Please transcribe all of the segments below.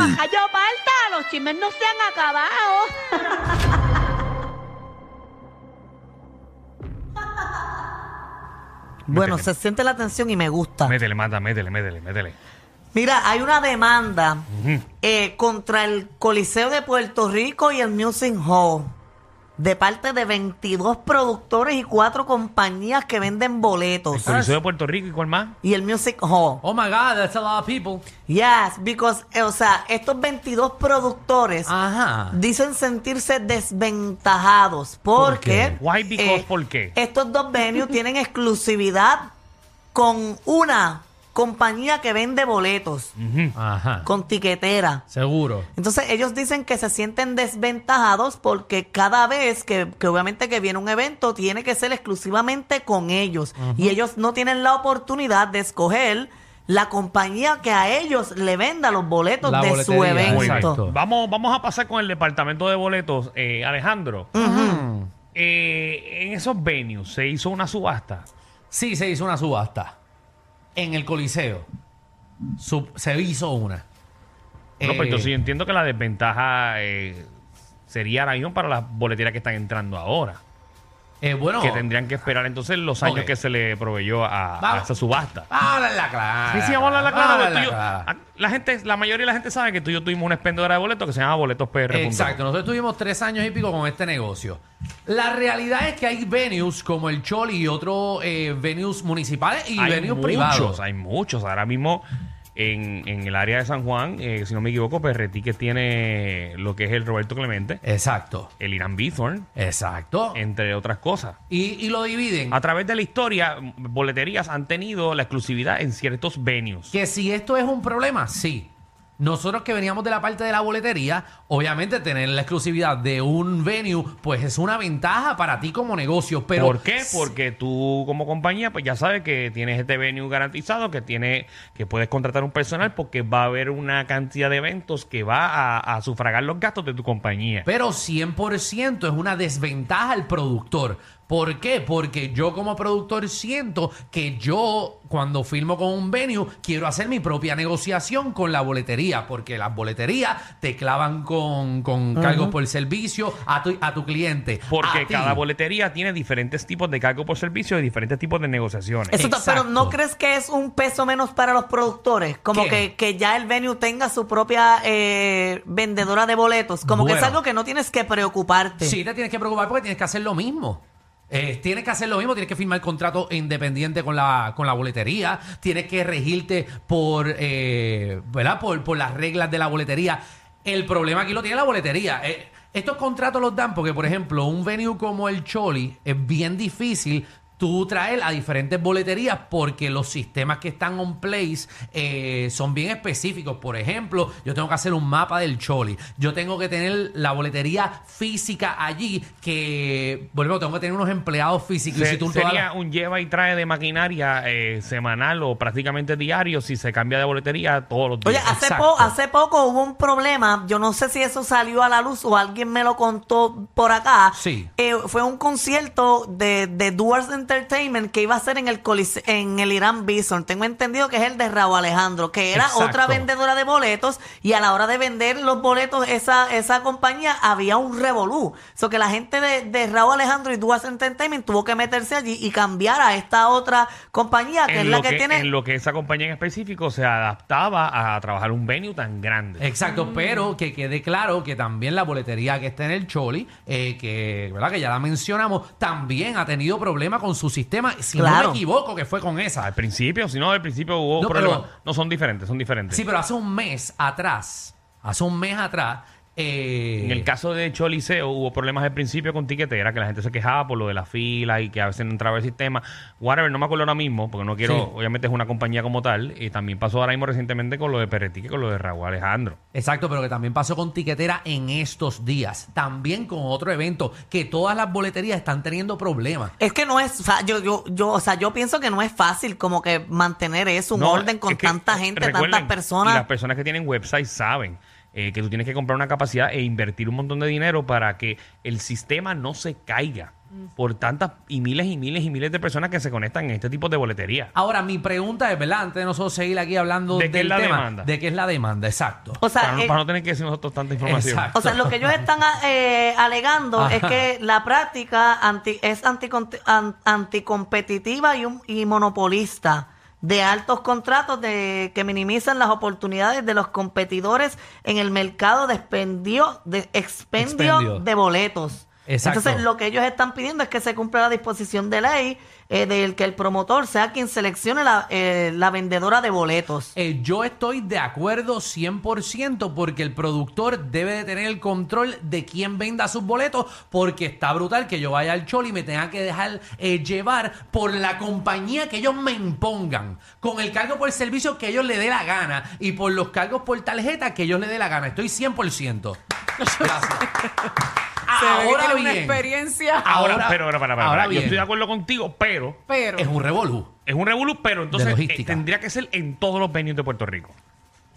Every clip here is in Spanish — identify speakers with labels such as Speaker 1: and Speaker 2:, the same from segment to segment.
Speaker 1: Yo falta, los chismes no se han acabado.
Speaker 2: Bueno,
Speaker 3: Métele.
Speaker 2: se siente la tensión y me gusta.
Speaker 3: Métele, mata, métele, métele, métele.
Speaker 2: Mira, hay una demanda
Speaker 3: Ujú.
Speaker 2: eh, contra el Coliseo de Puerto Rico y el Music Hall de parte de 22 productores y cuatro compañías que venden
Speaker 3: El
Speaker 2: boletos.
Speaker 3: Coliseo de Puerto Rico y cuál más.
Speaker 2: Y el Music Hall.
Speaker 4: Oh my God, that's a lot of people.
Speaker 2: Yes, because, eh, o sea, estos 22 productores
Speaker 3: Ah.
Speaker 4: Ajá.
Speaker 2: dicen sentirse desventajados porque
Speaker 3: qué? Why? Because, ¿por qué?
Speaker 2: estos dos venues tienen exclusividad con una compañía que vende boletos,
Speaker 4: Ajá.
Speaker 2: con tiquetera.
Speaker 4: Seguro.
Speaker 2: Entonces ellos dicen que se sienten desventajados porque cada vez que, que obviamente que viene un evento tiene que ser exclusivamente con ellos y ellos no tienen la oportunidad de escoger la compañía que a ellos le venda los boletos
Speaker 4: La
Speaker 2: de su
Speaker 4: boletería,
Speaker 3: Muy bien.
Speaker 2: evento.
Speaker 4: exacto.
Speaker 3: Vamos, vamos a pasar con el departamento de boletos, eh, Alejandro. Eh, en esos venues se hizo una subasta.
Speaker 4: Sí, se hizo una subasta. En el Coliseo. Su- se hizo una.
Speaker 3: No,
Speaker 4: Eh,
Speaker 3: pero entonces yo entiendo que la desventaja eh, sería ahora mismo para las boleteras que están entrando ahora.
Speaker 4: eh, bueno.
Speaker 3: Que tendrían que esperar entonces los años
Speaker 4: Ok.
Speaker 3: que se le proveyó a, a
Speaker 4: Vamos. Ah,
Speaker 3: esa subasta.
Speaker 4: Háblala clara.
Speaker 3: Sí, sí, vamos a hablar clara, Ah, porque
Speaker 4: Háblala
Speaker 3: tú y yo-
Speaker 4: clara.
Speaker 3: a- la, gente, la mayoría de la gente sabe que tú y yo tuvimos una expendedora de boletos que se llama Boletos PR.
Speaker 4: Exacto, nosotros tuvimos tres años y pico con este negocio. La realidad es que hay venues como el Choli y otros eh, venues municipales y
Speaker 3: Hay
Speaker 4: venues
Speaker 3: muchos,
Speaker 4: privados.
Speaker 3: hay muchos. Ahora mismo en, en el área de San Juan, eh, si no me equivoco, PRT que tiene lo que es el Roberto Clemente,
Speaker 4: Exacto,
Speaker 3: el Irán Bithorn,
Speaker 4: exacto.
Speaker 3: entre otras cosas.
Speaker 4: Y, y lo dividen.
Speaker 3: A través de la historia, m- boleterías han tenido la exclusividad en ciertos venues.
Speaker 4: Que si esto es un problema, sí. Nosotros que veníamos de la parte de la boletería, obviamente tener la exclusividad de un venue, pues es una ventaja para ti como negocio. Pero
Speaker 3: ¿Por qué? Porque tú como compañía, pues ya sabes que tienes este venue garantizado, que tiene, que puedes contratar un personal porque va a haber una cantidad de eventos que va a, a sufragar los gastos de tu compañía.
Speaker 4: Pero 100% es una desventaja al productor. ¿Por qué? Porque yo como productor siento que yo cuando firmo con un venue quiero hacer mi propia negociación con la boletería, porque las boleterías te clavan con, con cargos por servicio a tu, a tu cliente.
Speaker 3: Porque
Speaker 4: a ti.
Speaker 3: cada boletería tiene diferentes tipos de cargo por servicio y diferentes tipos de negociaciones.
Speaker 2: Eso está- pero ¿no
Speaker 4: Exacto.
Speaker 2: crees que es un peso menos para los productores? Como que,
Speaker 4: ¿Qué?
Speaker 2: que ya el venue tenga su propia eh, vendedora de boletos. Como que es
Speaker 4: Bueno.
Speaker 2: algo que no tienes que preocuparte.
Speaker 4: Sí, te tienes que preocupar porque tienes que hacer lo mismo. Eh, tienes que hacer lo mismo, tienes que firmar contrato independiente con la, con la boletería, tienes que regirte por, eh, ¿verdad? Por, por las reglas de la boletería. El problema aquí lo tiene la boletería. Eh, estos contratos los dan porque, por ejemplo, un venue como el Choli es bien difícil tú traer a diferentes boleterías porque los sistemas que están on place eh, son bien específicos. Por ejemplo, yo tengo que hacer un mapa del Choli. Yo tengo que tener la boletería física allí que, vuelvo, tengo que tener unos empleados físicos. Y
Speaker 3: Se-
Speaker 4: si tú todas
Speaker 3: sería
Speaker 4: las-
Speaker 3: un lleva y trae de maquinaria eh, semanal o prácticamente diario si se cambia de boletería todos los
Speaker 2: Oye,
Speaker 3: días.
Speaker 2: hace,
Speaker 4: Exacto.
Speaker 2: po- hace poco hubo un problema, yo no sé si eso salió a la luz o alguien me lo contó por acá.
Speaker 4: Sí.
Speaker 2: Eh, fue un concierto de, de Duars Entertainment que iba a ser en el Colis- en el Irán Bison. Tengo entendido que es el de Raúl Alejandro, que era
Speaker 4: Exacto.
Speaker 2: otra vendedora de boletos y a la hora de vender los boletos esa, esa compañía había un revolú. So que la gente de, de Raúl Alejandro y Duars Entertainment tuvo que meterse allí y cambiar a esta otra compañía que es
Speaker 3: en,
Speaker 2: la
Speaker 3: lo
Speaker 2: que,
Speaker 3: que,
Speaker 2: tiene...
Speaker 3: en lo que esa compañía en específico se adaptaba a trabajar un venue tan grande.
Speaker 2: Eh.
Speaker 4: Exacto, pero que quede claro que también la boletería que está en el Choli, eh, que, ¿verdad? que ya la mencionamos, también ha tenido problemas con su sistema. Si no
Speaker 2: Claro.
Speaker 4: me equivoco, que fue con esa.
Speaker 3: Al principio, si no, al principio hubo
Speaker 4: No,
Speaker 3: problemas.
Speaker 4: pero-
Speaker 3: No, son diferentes, son diferentes.
Speaker 4: Sí, pero hace un mes atrás, hace un mes atrás, eh,
Speaker 3: En el caso de Choliseo hubo problemas al principio con tiquetera, que la gente se quejaba por lo de la fila y que a veces no entraba el sistema. Whatever, no me acuerdo ahora mismo, porque no quiero,
Speaker 4: Sí.
Speaker 3: obviamente es una compañía como tal. Y también pasó ahora mismo recientemente con lo de Peretti, que con lo de Raúl Alejandro.
Speaker 4: Exacto, pero que también pasó con Tiquetera en estos días. También con otro evento, que todas las boleterías están teniendo problemas.
Speaker 2: Es que no es, fa- yo, yo, yo, o sea, yo pienso que no es fácil como que mantener eso, un
Speaker 3: No,
Speaker 2: orden con
Speaker 3: es que,
Speaker 2: tanta gente,
Speaker 3: recuerden,
Speaker 2: tantas
Speaker 3: y las
Speaker 2: personas.
Speaker 3: personas que tienen website saben. eh, que tú tienes que comprar una capacidad e invertir un montón de dinero para que el sistema no se caiga por tantas y miles y miles y miles de personas que se conectan en este tipo de boletería.
Speaker 4: Ahora, mi pregunta es, ¿verdad? Antes de nosotros seguir aquí hablando
Speaker 3: ¿De qué
Speaker 4: del
Speaker 3: es la
Speaker 4: tema,
Speaker 3: demanda?
Speaker 4: ¿De qué es la demanda? Exacto.
Speaker 2: O sea,
Speaker 3: para, no,
Speaker 2: eh,
Speaker 3: para no tener que decir nosotros tanta información.
Speaker 4: Exacto.
Speaker 2: O sea, lo que ellos están eh, alegando es que la práctica anti- es anticont- an- anticompetitiva y, un- y monopolista de altos contratos de, que minimizan las oportunidades de los competidores en el mercado de expendio, de expendio,
Speaker 4: Expendio.
Speaker 2: de boletos.
Speaker 4: Exacto.
Speaker 2: Entonces, lo que ellos están pidiendo es que se cumpla la disposición de ley eh, del que el promotor sea quien seleccione la, eh, la vendedora de boletos.
Speaker 4: Eh, yo estoy de acuerdo 100% porque el productor debe de tener el control de quién venda sus boletos porque está brutal que yo vaya al chol y me tenga que dejar eh, llevar por la compañía que ellos me impongan, con el cargo por servicio que ellos le dé la gana y por los cargos por tarjeta que ellos le dé la gana. Estoy 100%. Gracias.
Speaker 5: Se ve que
Speaker 4: Ahora
Speaker 5: tiene una
Speaker 4: bien,
Speaker 5: experiencia,
Speaker 3: Ahora,
Speaker 4: Ahora-
Speaker 3: Ah, pero, pero, para, para,
Speaker 4: ahora
Speaker 3: para. yo
Speaker 4: bien.
Speaker 3: estoy de acuerdo contigo, pero
Speaker 5: pero...
Speaker 4: es un revolú.
Speaker 3: es un revolú, pero entonces eh,
Speaker 4: logística.
Speaker 3: tendría que ser en todos los venues de Puerto Rico.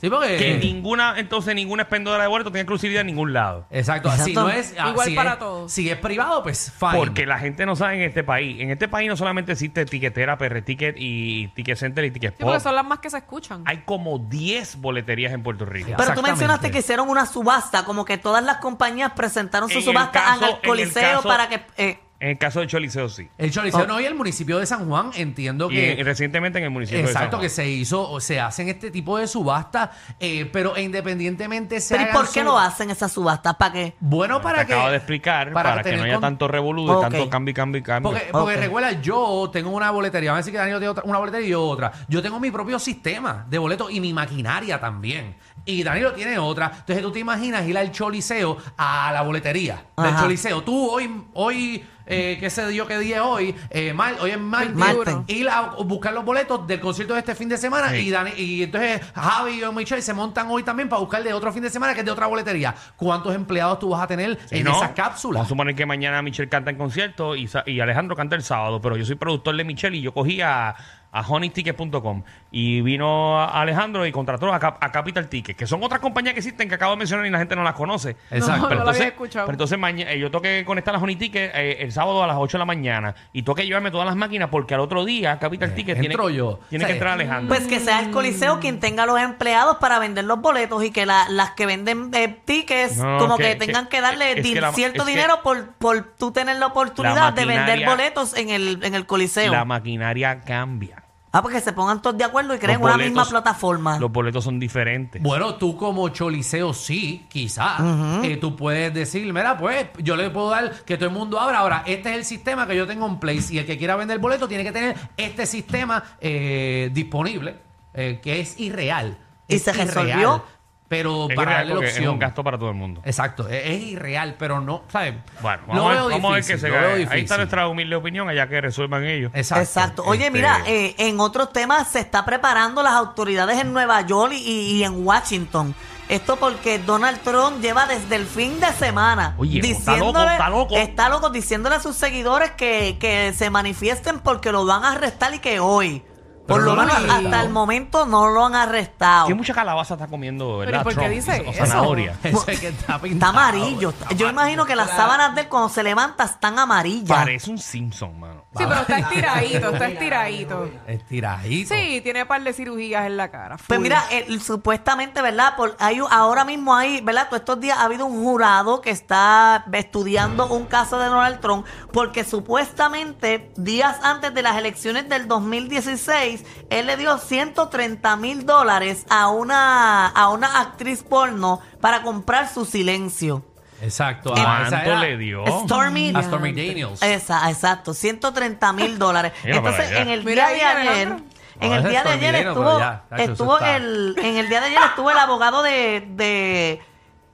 Speaker 4: Sí, porque...
Speaker 3: Que ninguna, entonces ninguna expendedora de boletos tenga exclusividad en ningún lado.
Speaker 4: Exacto. Si
Speaker 2: Exacto.
Speaker 4: no es, ah,
Speaker 5: Igual
Speaker 4: si
Speaker 5: para
Speaker 4: es-
Speaker 5: todos.
Speaker 4: Si es privado, pues fine.
Speaker 3: Porque la gente no sabe en este país. En este país no solamente existe tiquetera, PR Ticket y Ticket Center y Ticket
Speaker 5: Sí,
Speaker 3: Pop.
Speaker 5: porque son las más que se escuchan.
Speaker 3: Hay como 10 boleterías en Puerto Rico.
Speaker 2: Pero tú
Speaker 4: Exactamente.
Speaker 2: mencionaste que hicieron una subasta, como que todas las compañías presentaron su
Speaker 3: En el
Speaker 2: subasta
Speaker 3: caso- en
Speaker 2: al
Speaker 3: el
Speaker 2: Coliseo
Speaker 3: caso-
Speaker 2: para que... eh,
Speaker 3: En el caso de Choliseo, sí.
Speaker 4: El Choliseo no y el municipio de San Juan entiendo
Speaker 3: Oh. Y,
Speaker 4: que...
Speaker 3: eh, recientemente en el municipio de San
Speaker 4: Exacto,
Speaker 3: Juan.
Speaker 4: que se hizo, o se hacen este tipo de subastas, eh, pero independientemente se
Speaker 2: pero ¿y
Speaker 4: hagan
Speaker 2: por qué
Speaker 4: sub-
Speaker 2: lo hacen esas subastas? ¿Para qué?
Speaker 4: Bueno, para
Speaker 3: Te
Speaker 4: que...
Speaker 3: acabo de explicar para, que
Speaker 4: tener
Speaker 3: no haya
Speaker 4: con-
Speaker 3: tanto revoludo
Speaker 2: Ok.
Speaker 3: y tanto cambio y cambio y cambio.
Speaker 4: Porque, porque
Speaker 2: Ok.
Speaker 4: recuerda, yo tengo una boletería. Vamos a decir que Daniel tiene otra- una boletería y yo otra. Yo tengo mi propio sistema de boletos y mi maquinaria también. Y Danilo tiene otra. Entonces tú te imaginas ir al Choliseo a la boletería del
Speaker 2: Ajá.
Speaker 4: Choliseo. Tú hoy, hoy eh, qué sé yo qué día es hoy, eh, mar- hoy es martes.
Speaker 2: Martes.
Speaker 4: Ir a buscar los boletos del concierto de este fin de semana.
Speaker 3: Sí.
Speaker 4: Y, Dani- y entonces Javi y Michelle se montan hoy también para buscar de otro fin de semana que es de otra boletería. ¿Cuántos empleados tú vas a tener
Speaker 3: Si
Speaker 4: en
Speaker 3: no,
Speaker 4: esas cápsulas?
Speaker 3: Vamos a suponer que mañana Michelle canta en concierto y, sa- y Alejandro canta el sábado, pero yo soy productor de Michelle y yo cogí a, a honeyticket.com y vino a- Alejandro y contrató a, Cap- a Capital Ticket, que son otras compañías que existen que acabo de mencionar y la gente no las conoce.
Speaker 4: Exacto.
Speaker 5: No,
Speaker 3: Pero
Speaker 5: no lo
Speaker 3: entonces,
Speaker 5: había escuchado.
Speaker 3: pero entonces maña- eh, yo tengo que conectar a Honey Ticket eh, el sábado a las 8 de la mañana y tengo que llevarme todas las máquinas porque al otro día Capital Ticket tiene,
Speaker 4: Eh, entro yo.
Speaker 3: tiene
Speaker 4: O sea,
Speaker 3: que entrar Alejandro.
Speaker 2: Pues que
Speaker 4: Mm.
Speaker 2: sea el Coliseo quien tenga los empleados para vender los boletos y que la- las que venden eh, tickets
Speaker 3: No,
Speaker 2: como
Speaker 3: que-
Speaker 2: que, tengan
Speaker 3: que-
Speaker 2: que, darle
Speaker 3: es
Speaker 2: di-
Speaker 3: que la-
Speaker 2: cierto
Speaker 3: es que-
Speaker 2: dinero por, por tú tener la
Speaker 3: La
Speaker 2: oportunidad de vender
Speaker 3: maquinaria-
Speaker 2: boletos en el, en el Coliseo.
Speaker 3: la maquinaria cambia.
Speaker 2: Ah, porque se pongan todos de acuerdo y creen
Speaker 3: Los
Speaker 2: una
Speaker 3: boletos-
Speaker 2: misma
Speaker 5: Ah.
Speaker 2: plataforma.
Speaker 3: Los boletos son diferentes.
Speaker 4: Bueno, tú como choliseo sí, quizás. Eh, tú puedes decir, mira, pues yo le puedo dar que todo el mundo abra. Ahora, este es el sistema que yo tengo en place y el que quiera vender boleto tiene que tener este sistema eh, disponible, eh, que es irreal.
Speaker 2: ¿Y
Speaker 4: Es
Speaker 2: se
Speaker 4: irreal,
Speaker 2: resolvió?
Speaker 4: pero
Speaker 3: Es
Speaker 4: para
Speaker 3: irreal
Speaker 4: darle la
Speaker 3: porque es
Speaker 4: opción.
Speaker 3: un gasto para todo el mundo.
Speaker 4: Exacto, es, es irreal, pero no, ¿sabes?
Speaker 3: Bueno,
Speaker 4: Lo
Speaker 3: vamos, a,
Speaker 4: veo
Speaker 3: ver- vamos a ver
Speaker 4: difícil,
Speaker 3: qué se
Speaker 4: lo veo
Speaker 3: cae. Ahí está
Speaker 4: difícil.
Speaker 3: nuestra humilde opinión, allá que resuelvan ellos.
Speaker 4: Exacto.
Speaker 2: Exacto. Oye,
Speaker 3: Este-
Speaker 2: mira, eh, en otros temas se está preparando las autoridades en Nueva York y, y en Washington. Esto porque Donald Trump lleva desde el fin de semana
Speaker 3: Oye, está loco, está loco.
Speaker 2: está loco diciéndole a sus seguidores que, que se manifiesten porque lo van a arrestar y que hoy. Por
Speaker 4: Pero
Speaker 2: lo
Speaker 4: no lo
Speaker 2: menos
Speaker 4: han arrestado.
Speaker 2: hasta el momento no lo han arrestado.
Speaker 3: Que mucha calabaza está comiendo,
Speaker 5: Pero,
Speaker 3: ¿verdad?
Speaker 5: ¿y por qué
Speaker 3: Trump?
Speaker 5: dice
Speaker 3: o
Speaker 5: eso?
Speaker 3: zanahoria.
Speaker 4: Eso es que está
Speaker 2: Está
Speaker 4: pintado.
Speaker 2: amarillo. Yo imagino que las sábanas de él cuando se levanta están amarillas.
Speaker 3: Parece un Simpson, mano.
Speaker 5: Sí, pero está estiradito, está estiradito.
Speaker 4: Estiradito.
Speaker 5: Sí, tiene par de cirugías en la cara.
Speaker 2: Pues
Speaker 5: full.
Speaker 2: mira, el- supuestamente, ¿verdad? Por, hay, un- ahora mismo hay, ¿verdad? Todos estos días ha habido un jurado que está estudiando un caso de Donald Trump porque supuestamente días antes de las elecciones del 2016, él le dio 130 mil dólares a una, a una actriz porno para comprar su silencio.
Speaker 4: Exacto. Ah, esa
Speaker 3: ¿Cuánto
Speaker 4: era-
Speaker 3: le dio?
Speaker 2: Stormy,
Speaker 4: A Stormy Daniels.
Speaker 2: Esa, exacto, 130 mil dólares.
Speaker 3: Mira para
Speaker 2: Entonces,
Speaker 3: allá.
Speaker 2: en el día
Speaker 5: Mira ahí,
Speaker 2: de ayer,
Speaker 5: Alejandro.
Speaker 2: en
Speaker 4: No,
Speaker 2: el
Speaker 4: ese
Speaker 2: día
Speaker 4: es
Speaker 2: de ayer
Speaker 4: Stormy Daniels, pero
Speaker 2: estuvo,
Speaker 4: ya, tacho, eso
Speaker 2: estuvo
Speaker 4: está.
Speaker 2: el, en el día de ayer estuvo el abogado de, de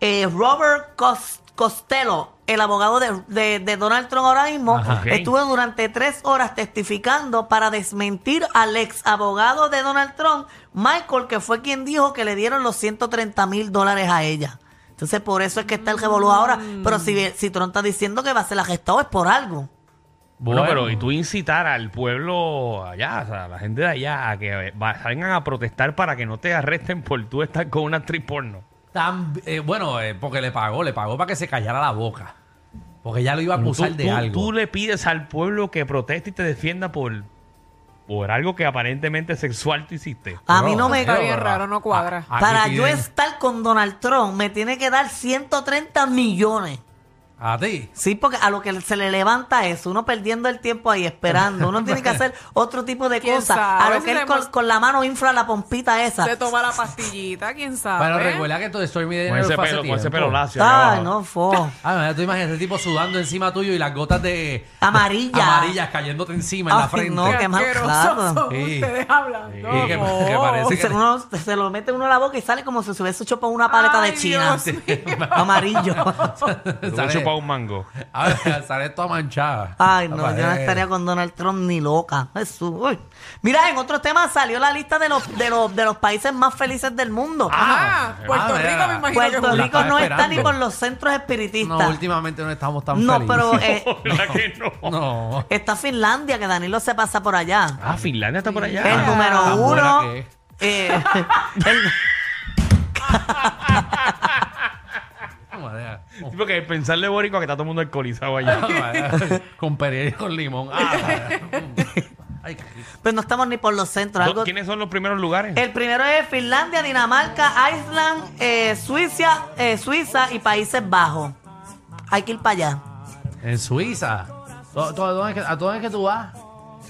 Speaker 2: eh, Robert Cos- Costello, el abogado de, de- de Donald Trump ahora mismo,
Speaker 4: Ajá.
Speaker 3: Ok.
Speaker 2: estuvo durante tres horas testificando para desmentir al ex abogado de Donald Trump, Michael, que fue quien dijo que le dieron los 130 mil dólares a ella. Entonces, por eso es que está el revolú ahora. Pero
Speaker 4: Mm.
Speaker 2: si, si Trump está diciendo que va a ser arrestado, es por algo.
Speaker 3: Bueno, pero y tú incitar al pueblo allá, o sea, a la gente de allá, a que va- salgan a protestar para que no te arresten por tú estar con una actriz porno.
Speaker 4: tan, eh, bueno, eh, porque le pagó, le pagó para que se callara la boca. Porque ya lo iba a acusar
Speaker 3: tú,
Speaker 4: de
Speaker 3: tú-
Speaker 4: algo.
Speaker 3: tú le pides al pueblo que proteste y te defienda por, por algo que aparentemente sexual tú hiciste.
Speaker 2: A mí no me-
Speaker 5: Está bien raro, no cuadra.
Speaker 4: Ah, aquí
Speaker 2: Para
Speaker 4: piden-
Speaker 2: yo estar con Donald Trump me tiene que dar 130 millones.
Speaker 4: A ti.
Speaker 2: Sí, porque a lo que se le levanta es uno perdiendo el tiempo ahí esperando. Uno tiene que hacer otro tipo de
Speaker 5: ¿Quién
Speaker 2: cosas.
Speaker 5: sabe
Speaker 2: A lo
Speaker 5: si
Speaker 2: que él
Speaker 5: le
Speaker 2: con,
Speaker 5: hemos-
Speaker 2: con la mano infla la pompita esa.
Speaker 5: Se toma la pastillita, quién sabe.
Speaker 4: Pero recuerda que todo Stormy
Speaker 3: Con
Speaker 4: Daniels
Speaker 3: ese
Speaker 4: fue hace
Speaker 3: pelo, con ese
Speaker 4: tiempo.
Speaker 3: pelo lacio. ahí
Speaker 2: Ay,
Speaker 3: abajo.
Speaker 2: Ah, no, fo.
Speaker 4: Ah, mira, tú imaginas ese tipo sudando encima tuyo y las gotas de
Speaker 2: Amarilla.
Speaker 4: amarillas cayéndote encima en la
Speaker 2: Ay,
Speaker 4: frente.
Speaker 2: no, qué mal
Speaker 5: asquerosos
Speaker 2: claro.
Speaker 5: son
Speaker 4: Sí.
Speaker 5: ustedes hablando.
Speaker 4: Sí, que- que parece
Speaker 2: Y se, uno- se lo mete uno a la boca y sale como si se hubiese chupado una paleta
Speaker 5: Ay,
Speaker 2: de China.
Speaker 5: Dios
Speaker 2: Amarillo.
Speaker 3: Luego
Speaker 4: Sale-
Speaker 3: chupa un mango.
Speaker 4: A eh, ver, sale toda manchada.
Speaker 2: Ay, no, yo no
Speaker 4: Aparece.
Speaker 2: estaría con Donald Trump ni loca. Jesús. uy. Mira, en otro tema salió la lista de los, de los, de los países más felices del mundo.
Speaker 5: Ah, Puerto
Speaker 4: Ah,
Speaker 5: Rico
Speaker 4: mira.
Speaker 5: me imagino que es
Speaker 2: Puerto
Speaker 5: un-
Speaker 4: La
Speaker 2: Rico
Speaker 4: estaba
Speaker 2: no está ni
Speaker 4: esperando.
Speaker 2: por los centros
Speaker 4: No,
Speaker 2: espiritistas.
Speaker 4: últimamente no estamos tan
Speaker 2: No,
Speaker 4: felices.
Speaker 2: pero eh,
Speaker 3: ¿Verdad que no?
Speaker 4: No.
Speaker 2: está Finlandia, que Danilo se pasa por allá.
Speaker 3: Ah, Finlandia está por allá.
Speaker 2: el número
Speaker 4: Ah, tan buena
Speaker 2: uno.
Speaker 4: que es.
Speaker 2: eh, el-
Speaker 4: Vamos a dejar.
Speaker 3: Ah, Sí, porque el pensarle bórico que está todo el mundo alcoholizado allá.
Speaker 4: Vamos a dejar. con perilla y con limón. Ah, ay, qué rico.
Speaker 2: pero pues no estamos ni por los centros. algo- Eh,
Speaker 3: ¿Quiénes son los primeros lugares?
Speaker 2: El primero es Finlandia, Dinamarca, Island, eh, Suiza, eh, Suiza y Países Bajos. Hay que ir para allá.
Speaker 4: en Suiza. ¿Dó- dó- dónde es que- ¿A dónde es que tú vas?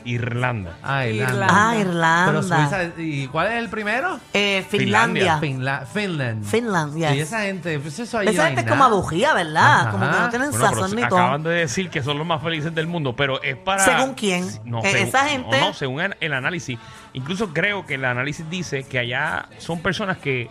Speaker 3: Irlanda.
Speaker 4: Ah,
Speaker 5: Irlanda.
Speaker 2: Ah,
Speaker 4: Pero
Speaker 2: Irlanda.
Speaker 4: Suiza, ¿y cuál es el primero?
Speaker 2: Eh, Finlandia.
Speaker 4: Finla- Finland.
Speaker 2: Finland, yes.
Speaker 4: Y esa gente, pues eso ahí no
Speaker 2: Esa
Speaker 4: hay
Speaker 2: gente es
Speaker 4: nada.
Speaker 2: como abujía, ¿verdad?
Speaker 4: Ajá.
Speaker 2: Como que no tienen
Speaker 3: Bueno, pero
Speaker 2: sazón
Speaker 3: se-
Speaker 2: ni
Speaker 3: acaban
Speaker 2: todo.
Speaker 3: de decir que son los más felices del mundo, pero es para.
Speaker 2: ¿Según quién?
Speaker 3: No,
Speaker 2: Eh,
Speaker 3: según-
Speaker 2: esa
Speaker 3: no,
Speaker 2: gente-
Speaker 3: No, según el, el análisis. Incluso creo que el análisis dice que allá son personas que.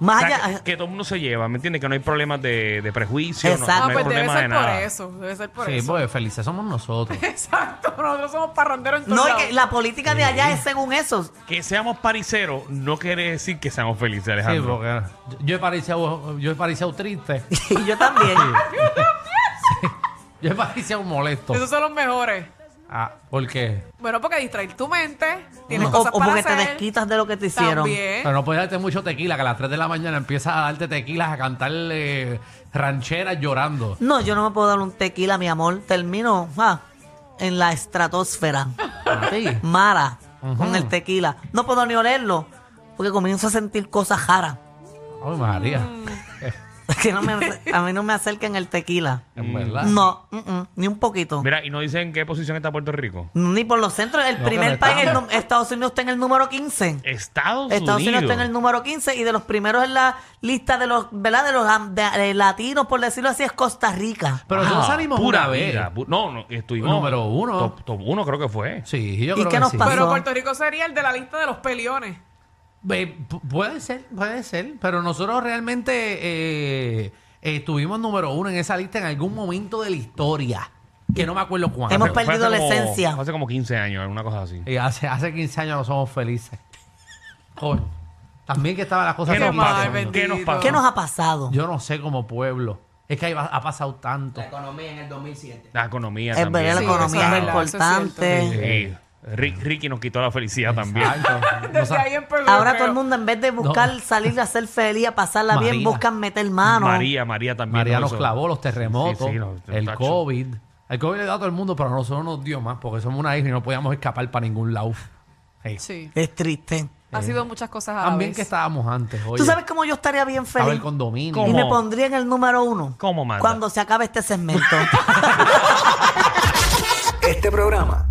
Speaker 3: o
Speaker 2: Más
Speaker 3: sea,
Speaker 2: allá. eh,
Speaker 3: que, que todo el mundo se lleva, ¿me entiendes? Que no hay problemas de, de prejuicio, no-
Speaker 2: Exacto.
Speaker 5: Ah,
Speaker 3: no, hay
Speaker 5: pues debe
Speaker 3: problemas de
Speaker 5: ser por
Speaker 3: nada.
Speaker 5: eso. Debe ser por
Speaker 4: Sí,
Speaker 5: eso.
Speaker 4: porque felices somos nosotros.
Speaker 5: Exacto, nosotros somos parranderos en todos
Speaker 2: No, y
Speaker 5: lados.
Speaker 2: que la política de allá es según eso.
Speaker 3: Que seamos pariceros no quiere decir que seamos felices,
Speaker 4: Sí,
Speaker 3: Alejandro.
Speaker 4: porque yo- yo he parecido, yo he parecido triste.
Speaker 2: Y yo también.
Speaker 4: Yo he parecido molesto.
Speaker 5: Esos son los mejores.
Speaker 4: Ah, ¿por qué?
Speaker 5: Bueno, porque distraer tu mente, tienes
Speaker 2: o,
Speaker 5: cosas
Speaker 2: o
Speaker 5: para
Speaker 2: porque te
Speaker 5: hacer.
Speaker 2: desquitas de lo que te hicieron.
Speaker 5: También.
Speaker 4: Pero no puedes darte mucho tequila, que a las 3 de la mañana empiezas a darte tequilas, a cantarle rancheras llorando.
Speaker 2: No, yo no me puedo dar un tequila, mi amor. Termino ah, en la estratosfera.
Speaker 4: A ti.
Speaker 2: Mara,
Speaker 4: Ujú.
Speaker 2: con el tequila. No puedo ni olerlo, porque comienzo a sentir cosas raras.
Speaker 4: Ay, María.
Speaker 2: Que no me- a mí no me acerquen el tequila.
Speaker 4: En verdad.
Speaker 2: No, mm, mm, ni un poquito.
Speaker 3: Mira, y no dicen en qué posición está Puerto Rico.
Speaker 2: Ni por los centros. El
Speaker 4: No,
Speaker 2: primer
Speaker 4: pero está-
Speaker 2: país, el nu- Estados Unidos está en el número 15. Estados
Speaker 3: Estados,
Speaker 2: Unidos
Speaker 3: Unidos.
Speaker 2: está en el número 15 y de los primeros en la lista de los, ¿verdad? De los am- de- de latinos, por decirlo así, es Costa Rica.
Speaker 4: Pero
Speaker 3: Ah,
Speaker 4: nosotros salimos
Speaker 3: pura
Speaker 4: una vez.
Speaker 3: vida, pu- No, no, estuvimos.
Speaker 4: Pues Número uno.
Speaker 3: Top, top uno creo que fue.
Speaker 4: Sí,
Speaker 2: ¿Y
Speaker 4: yo creo
Speaker 2: qué
Speaker 4: que
Speaker 2: nos
Speaker 4: sí.
Speaker 2: pasó?
Speaker 5: Pero Puerto Rico sería el de la lista de los peliones.
Speaker 4: Eh, pu- puede ser, puede ser, pero nosotros realmente eh, eh, estuvimos número uno en esa lista en algún momento de la historia, que no me acuerdo cuándo.
Speaker 2: Hemos
Speaker 3: Fue hace
Speaker 2: perdido la
Speaker 3: como-
Speaker 2: esencia.
Speaker 3: fue Hace como 15 años, alguna cosa así.
Speaker 4: Y hace, hace 15 años no somos felices. Coño. También que estaban las cosas
Speaker 3: ¿Qué nos
Speaker 4: bien
Speaker 3: pasó?
Speaker 5: mal,
Speaker 4: pasando.
Speaker 3: ¿Qué nos
Speaker 5: bendito.
Speaker 3: pasó?
Speaker 2: ¿Qué nos ha pasado?
Speaker 4: Yo no sé como pueblo. Es que ahí va- ha pasado tanto.
Speaker 6: La economía en el 2007.
Speaker 3: La economía
Speaker 2: Es
Speaker 3: también.
Speaker 2: verdad, la
Speaker 5: Sí,
Speaker 2: economía
Speaker 5: eso
Speaker 2: es
Speaker 5: es verdad, eso es
Speaker 2: importante.
Speaker 3: Sí. Rick- Ricky nos quitó la felicidad también.
Speaker 4: Exacto. No
Speaker 5: Desde
Speaker 4: sa-
Speaker 5: ahí en Perú.
Speaker 2: Ahora
Speaker 5: creo.
Speaker 2: todo el mundo, en vez de buscar
Speaker 4: No.
Speaker 2: salir a ser feliz, a pasarla bien,
Speaker 4: María.
Speaker 2: buscan meter mano.
Speaker 3: María, María también.
Speaker 4: María
Speaker 3: lo
Speaker 4: nos
Speaker 3: hizo.
Speaker 4: clavó los terremotos,
Speaker 3: Sí, sí, no,
Speaker 4: el
Speaker 3: tacho.
Speaker 4: COVID. El COVID le da a todo el mundo, pero a nosotros nos dio más porque somos una isla y no podíamos escapar para ningún lado. Sí.
Speaker 5: Sí.
Speaker 2: Es triste.
Speaker 5: Ha sido muchas cosas a la
Speaker 4: También
Speaker 5: vez.
Speaker 4: que estábamos antes. Oye.
Speaker 2: ¿Tú sabes cómo yo estaría bien
Speaker 4: Estaba
Speaker 2: feliz?
Speaker 4: el condominio.
Speaker 2: Y
Speaker 3: ¿Cómo?
Speaker 2: me pondría en el número uno.
Speaker 3: ¿Cómo manda?
Speaker 2: Cuando se acabe este segmento.
Speaker 7: Este programa